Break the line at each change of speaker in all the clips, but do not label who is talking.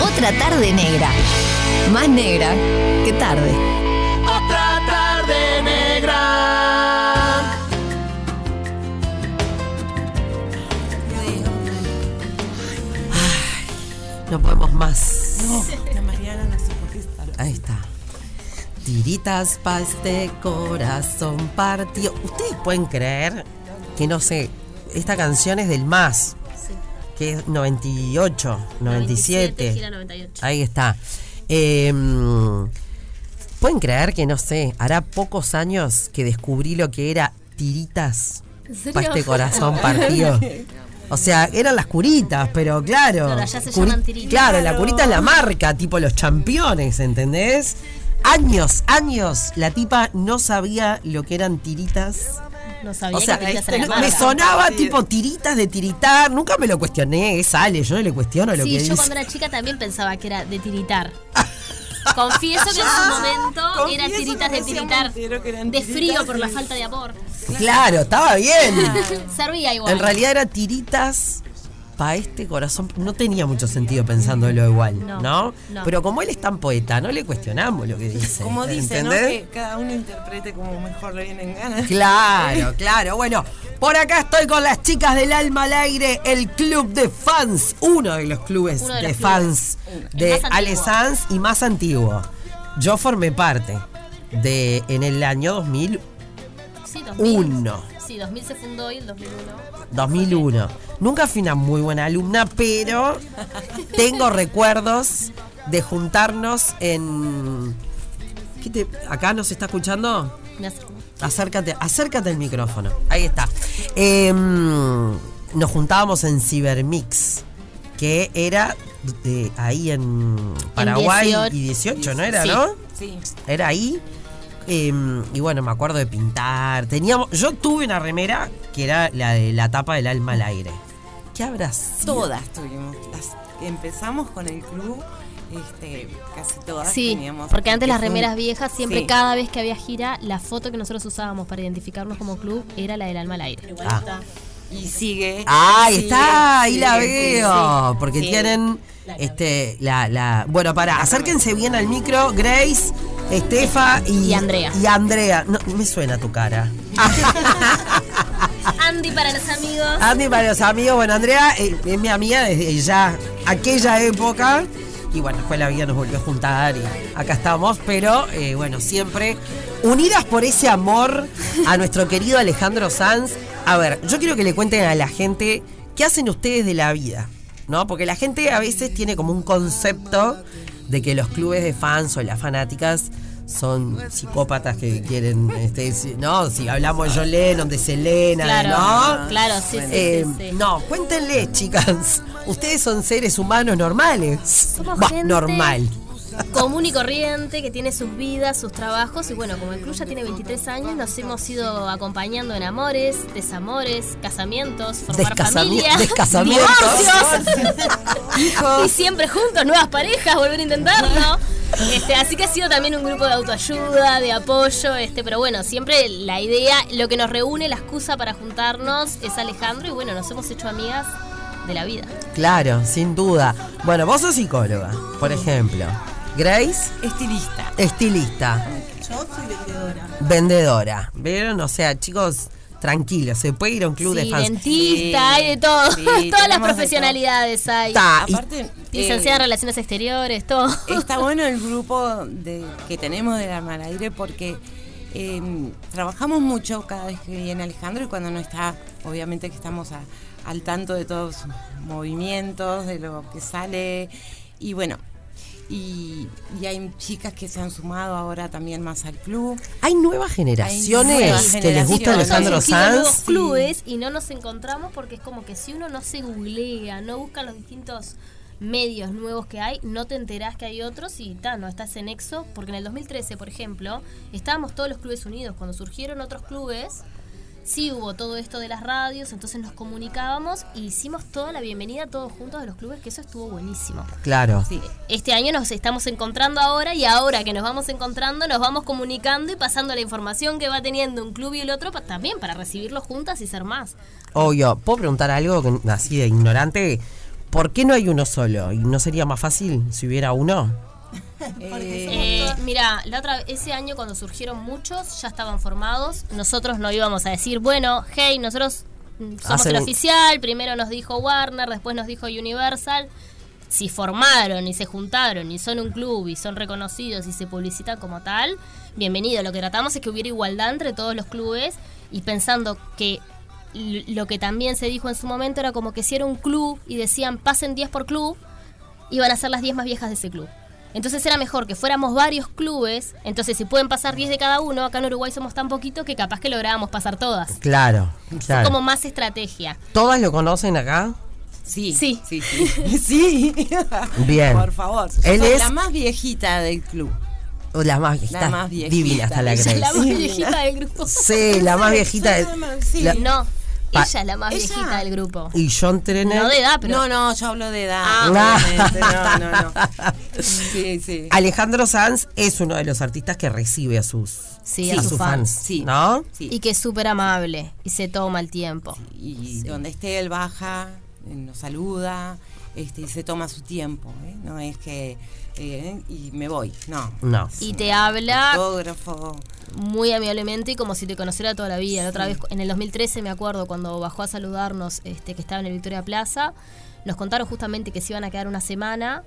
Otra tarde negra. Más negra que tarde.
Otra tarde negra.
No podemos más.
La Mariana no sé por qué está.
Ahí está. Tiritas pa' este corazón partido. ¿Ustedes pueden creer que no sé? Esta canción es del más. Que es 98, 97.
gira 98.
Ahí está. Eh, ¿Pueden creer que, no sé, hará pocos años que descubrí lo que era tiritas
¿En serio?
para este corazón partido? O sea, eran las curitas, pero claro.
Claro, allá se
curi-
llaman tiritas.
Claro, la curita es la marca, tipo los championes, ¿entendés? Años, años, la tipa no sabía lo que eran tiritas.
Ah, No sabía
O sea, este
que querías hacer la
no-
marca.
me sonaba tipo tiritas de tiritar, nunca me lo cuestioné, sale, yo no le cuestiono lo
Sí,
que
yo
dice.
cuando era chica también pensaba que era de tiritar. Confieso que en su
Ah,
momento era
confieso
tiritas
que
de
me hacía
tiritar.
mentiro que eran
De frío
tiritas.
por la falta de amor.
Claro, estaba bien.
Servía igual.
En realidad era tiritas para este corazón. No tenía mucho sentido pensándolo igual, ¿no?
No, no.
Pero como él es tan poeta, no le cuestionamos lo que dice.
Como dice, ¿no?
¿entendés?
Que cada uno interprete como mejor le vienen ganas.
Claro, claro. Bueno, por acá estoy con las chicas del Alma al Aire, el club de fans, uno de los clubes
Uno
de,
de los
fans
clubes. El
de
más antiguo.
Ale Sanz y más antiguo. Yo formé parte de en el año 2000
Sí, 2000.
Uno.
Sí, 2000 se fundó y el 2001.
2001. Nunca fui una muy buena alumna, pero tengo recuerdos de juntarnos en... ¿Qué te- ¿Acá nos está escuchando?
Me acerco.
Acércate, acércate al micrófono. Ahí está. Em, nos juntábamos en Cybermix, que era de ahí en Paraguay
diecio-
y 18, ¿no era,
Sí.
no?
Sí.
Era ahí. Em, y bueno, me acuerdo de pintar. Teníamos, yo tuve una remera que era la de la tapa del alma al aire. ¿Qué habrá sido?
Todas tuvimos. Las- empezamos con el club, este, casi todas
Sí,
teníamos.
porque antes las
Es un-
remeras viejas, siempre
Sí.
cada vez que había gira, la foto que nosotros usábamos para identificarnos como club era la del alma al aire.
Ah.
Y sigue.
Ahí
sigue,
está, ahí
sigue,
la
sigue,
veo.
sí.
Porque
Sí.
tienen este la, la- bueno, para, acérquense bien al micro, Grace, Estefa y,
Y Andrea.
Y Andrea, no me suena tu cara.
Andy para los amigos.
Andy para los amigos, bueno, Andrea eh, es mi amiga desde ya aquella época. Y bueno, después la vida nos volvió a juntar y acá estamos, pero eh, bueno, siempre unidas por ese amor a nuestro querido Alejandro Sanz. A ver, yo quiero que le cuenten a la gente qué hacen ustedes de la vida, ¿no? Porque la gente a veces tiene como un concepto de que los clubes de fans o las fanáticas son psicópatas que quieren, este, si- ¿no? Si hablamos de John Lennon, de Selena,
Claro,
¿no?
claro, sí, sí,
Eh,
sí, sí.
No, cuéntenle, chicas. Ustedes son seres humanos normales.
Somos
Va,
gente
normal.
común y corriente que tiene sus vidas, sus trabajos y bueno, como el club ya tiene 23 años, nos hemos ido acompañando en amores, desamores, casamientos, formar
Descasami-
familia,
descasamientos.
divorcios, y siempre juntos, nuevas parejas, volver a intentarlo. Este, así que ha sido también un grupo de autoayuda, de apoyo, este, pero bueno, siempre la idea, lo que nos reúne, la excusa para juntarnos es Alejandro y bueno, nos hemos hecho amigas de la vida.
Claro, sin duda. Bueno, vos sos psicóloga, por ejemplo. Grace,
Estilista.
estilista.
Yo soy vendedora.
vendedora. ¿Vieron? O sea, chicos, tranquilos, se puede ir a un club de
Sí,
fans.
dentista,
Sí,
hay de todo,
sí,
todas
tenemos de
las
todo.
profesionalidades hay.
Está, y-
Aparte,
Ah, Licenciada en
eh,
Relaciones Exteriores, todo.
Está bueno el grupo de, que tenemos de Arma al Aire porque eh, trabajamos mucho cada vez que viene Alejandro y cuando no está, obviamente que estamos a- al tanto de todos sus movimientos, de lo que sale y bueno. Y, y hay chicas que se han sumado ahora también más al club.
hay nuevas generaciones
nuevas
que les gusta
generaciones.
Alejandro
Han surgido nuevos
Sanz.
clubes y no nos encontramos porque es como que si uno no se googlea, no busca los distintos medios nuevos que hay, no te enterás que hay otros y ta, no estás en nexo, porque en el 2013, por ejemplo, estábamos todos los clubes unidos, cuando surgieron otros clubes, sí hubo todo esto de las radios, entonces nos comunicábamos y hicimos toda la bienvenida todos juntos de los clubes, que eso estuvo buenísimo.
Claro.
Sí.
Este año nos estamos encontrando ahora y ahora que nos vamos encontrando nos vamos comunicando y pasando la información que va teniendo un club y el otro pa- también para recibirlo juntas y ser más.
Obvio, ¿puedo preguntar algo que- así de ignorante? ¿Por qué no hay uno solo? ¿Y no sería más fácil si hubiera uno?
Porque somos
Eh,
todas-
mira, la otra, ese año cuando surgieron muchos, ya estaban formados. Nosotros no íbamos a decir, bueno, hey, nosotros mm, somos
Hacen
el
un-
oficial. Primero nos dijo Warner, después nos dijo Universal. Si formaron y se juntaron y son un club y son reconocidos y se publicitan como tal, bienvenido. Lo que tratamos es que hubiera igualdad entre todos los clubes y pensando que l- lo que también se dijo en su momento era como que si era un club y decían pasen 10 por club, iban a ser las 10 más viejas de ese club. Entonces era mejor que fuéramos varios clubes, entonces si pueden pasar 10 de cada uno, acá en Uruguay somos tan poquitos que capaz que lográbamos pasar todas.
Claro,
Fue
claro.
Como más estrategia.
¿Todas lo conocen acá?
Sí,
Sí.
sí, sí. sí.
Bien.
Por favor.
Él
Soy
es-
la más viejita del club.
O la más, está
más viejita.
Divina está la
Ella
Grace.
es la más
Sí.
viejita del grupo.
Sí, la más viejita.
Soy
del-
la más- sí.
la-
No,
Pa-
ella es la más
Ella.
viejita del grupo.
Y John Trenner.
No de edad, pero...
No, no, yo hablo de edad.
Ah.
obviamente. No, no, no. Sí, sí.
Alejandro Sanz es uno de los artistas que recibe a sus,
Sí,
a
a
sus
sus
fans,
fans,
sí.
¿no?
Sí.
Y que es súper amable y se toma el tiempo.
y donde esté él baja, eh, nos saluda, este, y se toma su tiempo, ¿eh? no es que eh, y me voy, no.
No.
Y te habla
Fotógrafo.
muy amigablemente y como si te conociera toda la vida. La otra vez, en el 2013, me acuerdo, cuando bajó a saludarnos, este, que estaba en el Victoria Plaza, nos contaron justamente que se iban a quedar una semana,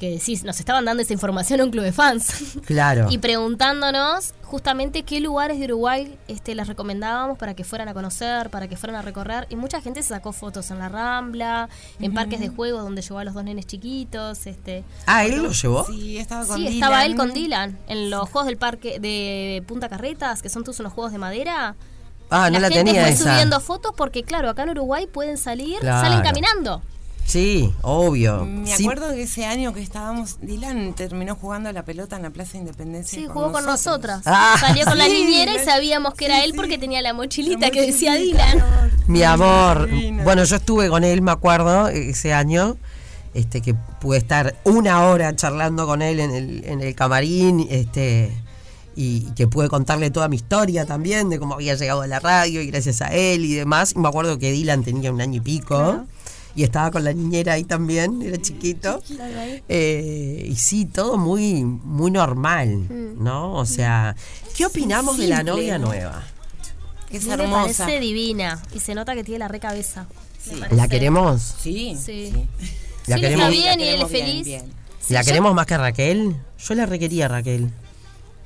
que sí, nos estaban dando esa información a un club de fans.
Claro.
y preguntándonos justamente qué lugares de Uruguay este, les recomendábamos para que fueran a conocer, para que fueran a recorrer. Y mucha gente se sacó fotos en la Rambla, en parques de juegos donde llevó a los dos nenes chiquitos. Este.
ah, él lo llevó.
Sí, estaba con
Sí,
Dylan.
estaba él con Dylan en los juegos del parque de Punta Carretas, que son todos unos juegos de madera.
Ah, no la,
gente
tenía
fue
esa.
subiendo fotos porque, claro, acá en Uruguay pueden salir,
Claro.
salen caminando.
Sí, obvio.
Me
Sí,
acuerdo que ese año que estábamos, Dylan terminó jugando a la pelota en la Plaza Independencia.
Sí, jugó con nosotras.
Ah.
Salió con la
Sí,
niñera y
la-
sabíamos que era
sí,
él
sí.
porque tenía la
La
mochilita, que decía
mochilita,
Dylan.
Mi amor.
Divino.
Bueno, yo estuve con él, me acuerdo, ese año. Este, que pude estar una hora charlando con él en el, en el camarín, este, y, y que pude contarle toda mi historia también, de cómo había llegado a la radio y gracias a él y demás. Y me acuerdo que Dylan tenía un año y pico y estaba con la niñera ahí también, era chiquito. Eh, y sí, todo muy, muy normal, ¿no? O sea, ¿qué opinamos de la
Simple,
novia
¿no?
nueva?
Que es
A mí Me
hermosa.
parece divina y se nota que tiene la recabeza.
¿La queremos?
Sí,
Sí.
sí.
¿La
Sí,
queremos?
está bien
La
y él es
queremos bien,
feliz.
bien.
¿La
yo-
queremos más que a Raquel? Yo la requería a Raquel.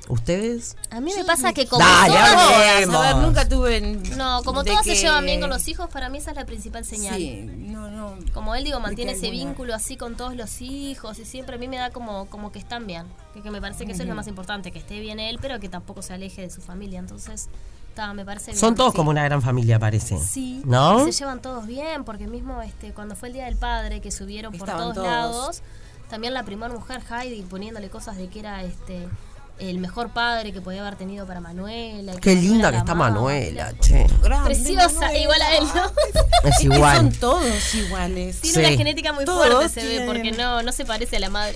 ¿Ustedes?
A mí me pasa que como
Dale,
todas-
Vamos.
Todas, a ver, nunca tuve.
no, como
de
todas se
que-
llevan bien con los hijos, para mí esa es la principal señal.
Sí, no, no.
Como él digo, mantiene
que
ese
alguna-
vínculo así con todos los hijos y siempre a mí me da como, como que están bien. Que, que me parece que eso es lo más importante, que esté bien él, pero que tampoco se aleje de su familia. Entonces, está, me parece bien.
Son todos
Sí.
como una gran familia, parece.
Sí,
¿No?
y se llevan todos bien, porque mismo este cuando fue el Día del Padre, que subieron por
Estaban
todos,
todos.
lados, también la primera mujer, Heidi, poniéndole cosas de que era este el mejor padre que podía haber tenido para Manuela. que
Qué
Manuela
linda
la
que está
amaba.
Manuela, che.
Grande,
Preciosa,
Ah, Manuela.
igual a él, ¿no?
Es
Es que Son
igual.
todos iguales.
Tiene
Sí.
una genética muy
Todos
fuerte, se ve,
tienen-
porque no, no se parece a la madre.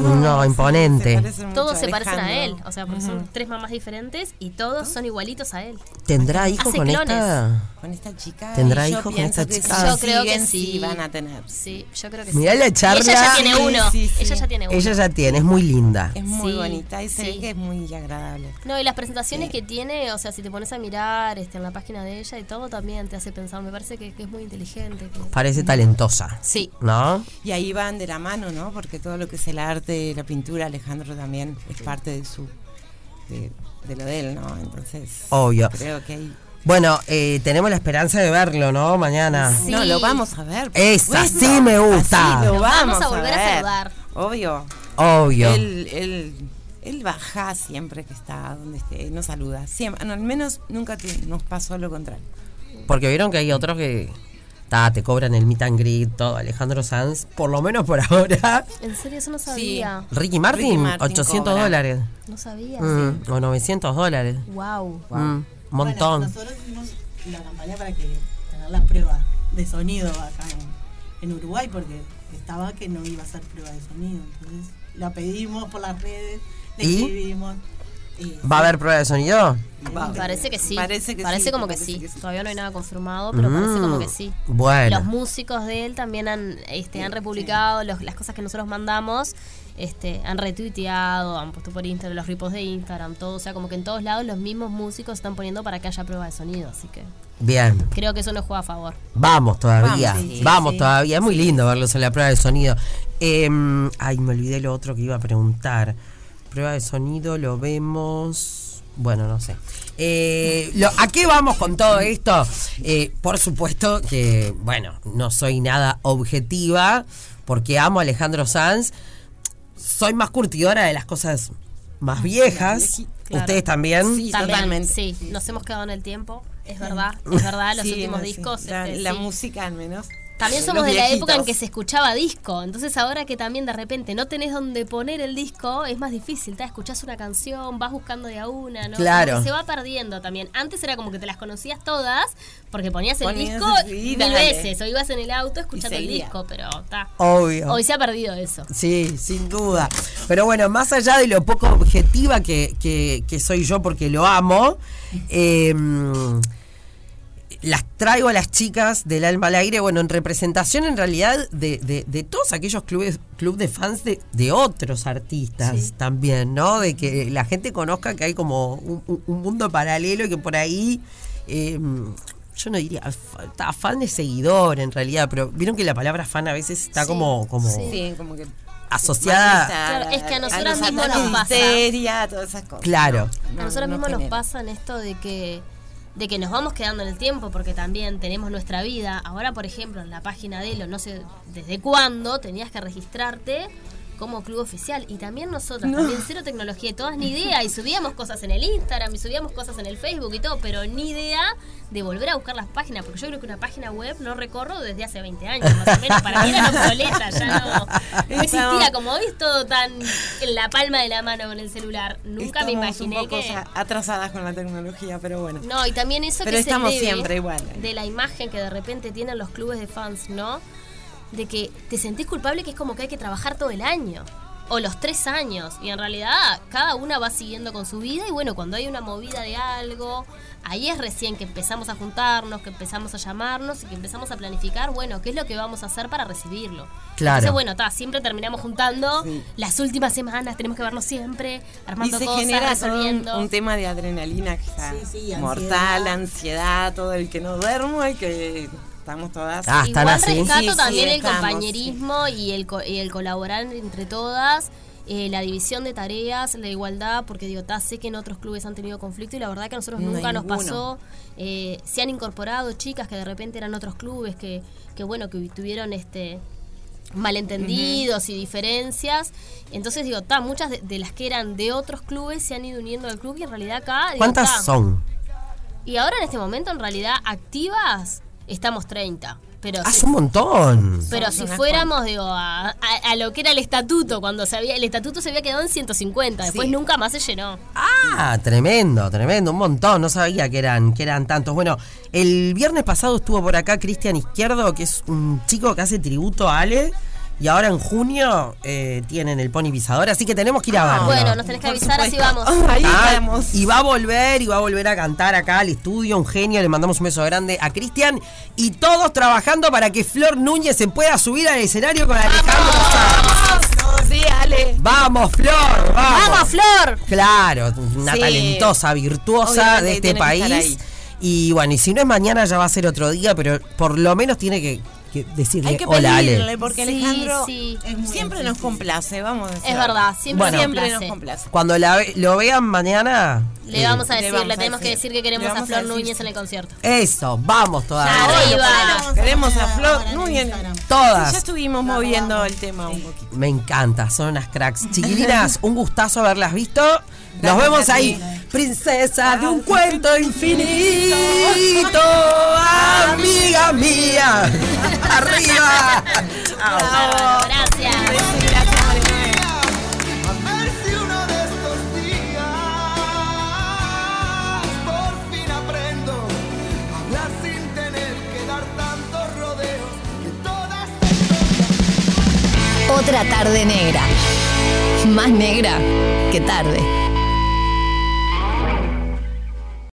No,
Se
imponente.
parecen mucho
todos
a
se parecen a él,
Alejandro.
o sea, porque son tres mamás diferentes y todos son igualitos a él.
¿Tendrá hijos
Hace
con
clones.
esta?
Con esta chica.
¿Tendrá
y yo
hijos con
pienso
esta
que
chica?
si
Yo creo que
siguen,
sí.
van a tener.
Sí, yo creo que
Mirá
sí.
la
Y
charla.
ella ya tiene uno.
Sí, sí,
Ella
sí.
ya tiene uno.
Ella ya tiene, es muy linda.
Es muy
Sí,
bonita y se
sí.
ve que es muy agradable.
No, y las presentaciones
Sí.
que tiene, o sea, si te pones a mirar este, en la página de ella y todo, también te hace pensar. Me parece que, que es muy inteligente. que-
Parece talentosa.
Sí.
¿No?
Y ahí van de la mano, ¿no? Porque todo lo que es el arte, la pintura, Alejandro también es parte de su. de, de lo de él, ¿no? Entonces.
Obvio.
Creo que ahí.
Bueno, eh, tenemos la esperanza de verlo, ¿no? Mañana.
Sí.
No, lo vamos a ver. por
Esa
supuesto.
sí me gusta.
Así lo
Lo
vamos,
vamos a volver a
ver.
saludar.
Obvio.
Obvio.
Él, él, él baja siempre que está donde esté, nos saluda. Siempre, no, al menos nunca te- nos pasó lo contrario.
Porque vieron que hay otros que ta, te cobran el meet and greet, todo. Alejandro Sanz, por lo menos por ahora.
En serio, eso no sabía.
Ricky Martin,
Ricky Martin
800
cobra.
dólares.
No sabía.
Mm, o 900 dólares.
Wow.
Mm, montón.
Bueno, nosotros hicimos la campaña para que hagan las pruebas de sonido acá en, en Uruguay, porque estaba que no iba a hacer prueba de sonido. Entonces la pedimos por las redes, le
¿Y?
escribimos. eh,
¿Va a haber prueba de sonido?
Parece que sí.
Parece
Parece,
que sí,
como
parece
que sí.
que sí.
Todavía no hay nada confirmado, pero parece como que sí.
Mm, Bueno.
Los músicos de él también han, este, han republicado los- las cosas que nosotros mandamos, este, han retuiteado, han puesto por Instagram los ripos de Instagram, todo. O sea, como que en todos lados los mismos músicos están poniendo para que haya prueba de sonido. Así que
Bien.
creo que eso nos juega a favor.
Vamos todavía. Vamos,
Vamos, sí, sí.
todavía. Es muy lindo verlos en la prueba de sonido. Em, ay, me olvidé lo otro que iba a preguntar. Prueba de sonido, lo vemos. Bueno, no sé. Eh, lo- ¿A qué vamos con todo esto? Eh, por supuesto que, bueno, no soy nada objetiva, porque amo a Alejandro Sanz. Soy más curtidora de las cosas más viejas.
Claro.
Ustedes también.
Sí,
También,
totalmente.
Sí, nos hemos quedado en el tiempo. Es verdad, es verdad, los
Sí,
últimos
no, sí.
discos.
La,
este,
la
sí.
música al menos.
También
Eh, Los
somos de la
viejitos.
época en que se escuchaba disco, entonces ahora que también de repente no tenés donde poner el disco, es más difícil, te escuchás una canción, vas buscando de a una, ¿no?
Claro.
Como que Se va perdiendo también. Antes era como que te las conocías todas, porque ponías el
Ponías-
disco
sí,
mil
dale.
veces, o ibas en el auto escuchando el
seguía.
disco, pero está.
Obvio.
Hoy se ha perdido eso.
Sí, sin duda. Pero bueno, más allá de lo poco objetiva que, que- que soy yo porque lo amo, eh, las traigo a las chicas del Alma al Aire, bueno, en representación en realidad de, de- de todos aquellos clubes club de fans de, de otros artistas también, ¿no? De que la gente conozca que hay como un, un- un mundo paralelo y que por ahí... eh, yo no diría, fa- ta- fan de seguidor en realidad, pero vieron que la palabra fan a veces está
Sí,
como, como
Oh. Sí, como que.
asociada.
Claro, es que a nosotras
nosotros
mismas nos pasa.
Histeria, todas esas cosas.
Claro.
No,
a nosotros
no
mismos nos
genera.
pasa en esto de que de que nos vamos quedando en el tiempo porque también tenemos nuestra vida. Ahora, por ejemplo, en la página de lo no sé desde cuándo tenías que registrarte como club oficial y también nosotros, también cero tecnología, y todas ni idea y subíamos cosas en el Instagram y subíamos cosas en el Facebook y todo, pero ni idea de volver a buscar las páginas, porque yo creo que una página web no recorro desde hace 20 años más o menos, para mí era obsoleta, ya no, no existía, como hoy es todo tan en la palma de la mano con el celular, nunca me
Estamos un
imaginé
poco
que...
ya atrasadas con la tecnología, pero bueno.
No, y también eso
Pero
que
estamos
se debe
siempre igual. ¿eh?
De la imagen que de repente tienen los clubes de fans, ¿no? De que te sentís culpable que es como que hay que trabajar todo el año. O los tres años. Y en realidad cada una va siguiendo con su vida. Y bueno, cuando hay una movida de algo, ahí es recién que empezamos a juntarnos, que empezamos a llamarnos y que empezamos a planificar, bueno, qué es lo que vamos a hacer para recibirlo.
Claro.
Entonces, bueno, ta, siempre terminamos juntando.
Sí.
Las últimas semanas tenemos que vernos siempre,
Y
armando
se
cosas,
genera todo un,
resolviendo.
un tema de adrenalina que está
Sí, sí,
mortal, ansiedad, todo el que no duermo y que estamos todas.
Ah, están
Igual
así.
rescato
Sí, sí,
también el
estamos,
compañerismo y, el co- y el colaborar entre todas, eh, la división de tareas, la igualdad, porque digo, ta, sé que en otros clubes han tenido conflicto y la verdad que a nosotros
No hay
nunca nos
ninguno.
pasó. Eh, se han incorporado chicas que de repente eran otros clubes que, que bueno, que tuvieron este malentendidos y diferencias. Entonces digo, ta, muchas de, de las que eran de otros clubes se han ido uniendo al club y en realidad acá... digo, ta,
¿Cuántas son?
Y ahora en este momento en realidad activas estamos 30. Pero
Hace
sí-
un montón.
pero si fuéramos, digo, a, a- a lo que era el estatuto, cuando se había, el estatuto se había quedado en 150, después
Sí.
nunca más se llenó.
Ah, tremendo, tremendo, un montón. No sabía que eran, que eran tantos. Bueno, el viernes pasado estuvo por acá Cristian Izquierdo, que es un chico que hace tributo a Ale. Y ahora en junio eh, tienen el pony pisador, así que tenemos que ir a verlo.
bueno, nos tenés que
Por
avisar, así
supuesto.
vamos.
Ahí
Ah,
vamos.
y va a volver, y va a volver a cantar acá al estudio, un genio. Le mandamos un beso grande a Cristian. Y todos trabajando para que Flor Núñez se pueda subir al escenario con Alejandro Sanz.
No, sí, Ale.
¡Vamos, Flor! ¡Vamos!
¡Vamos, Flor!
Claro, una
Sí.
talentosa, virtuosa
Obviamente
de este
tiene que estar
país.
ahí.
Y bueno, y si no es mañana ya va a ser otro día, pero por lo menos tiene que, que decirle
Hay que
hola
pedirle
Ale.
porque
Sí,
Alejandro
sí.
Es muy
siempre
difícil.
nos complace, vamos. a
Es
decirlo.
verdad, siempre,
Bueno.
nos
siempre
complace.
nos complace.
Cuando la, ve- lo vean mañana.
Le
eh,
vamos a
Le
decir, le,
vamos a
tenemos que
decir.
decir que queremos
Le
a
vamos
Flor
a decir.
Núñez en el concierto.
Eso, vamos todavía.
Arriba.
Bueno, ponelo,
Vamos
Queremos a
poner ahora
Flor
en
Núñez.
Instagram.
Todas.
Ya estuvimos moviendo el tema un poquito.
Me encanta, son unas cracks. Chiquilinas, un gustazo haberlas visto. Nos
Dale,
vemos
dale.
ahí. Princesa de un cuento infinito, amiga mía. Arriba.
Ah,
Bárbaro, Gracias.
A ver si uno de estos días por fin aprendo a hablar sin tener que dar tantos rodeos que todas
Otra tarde negra. Más negra que tarde.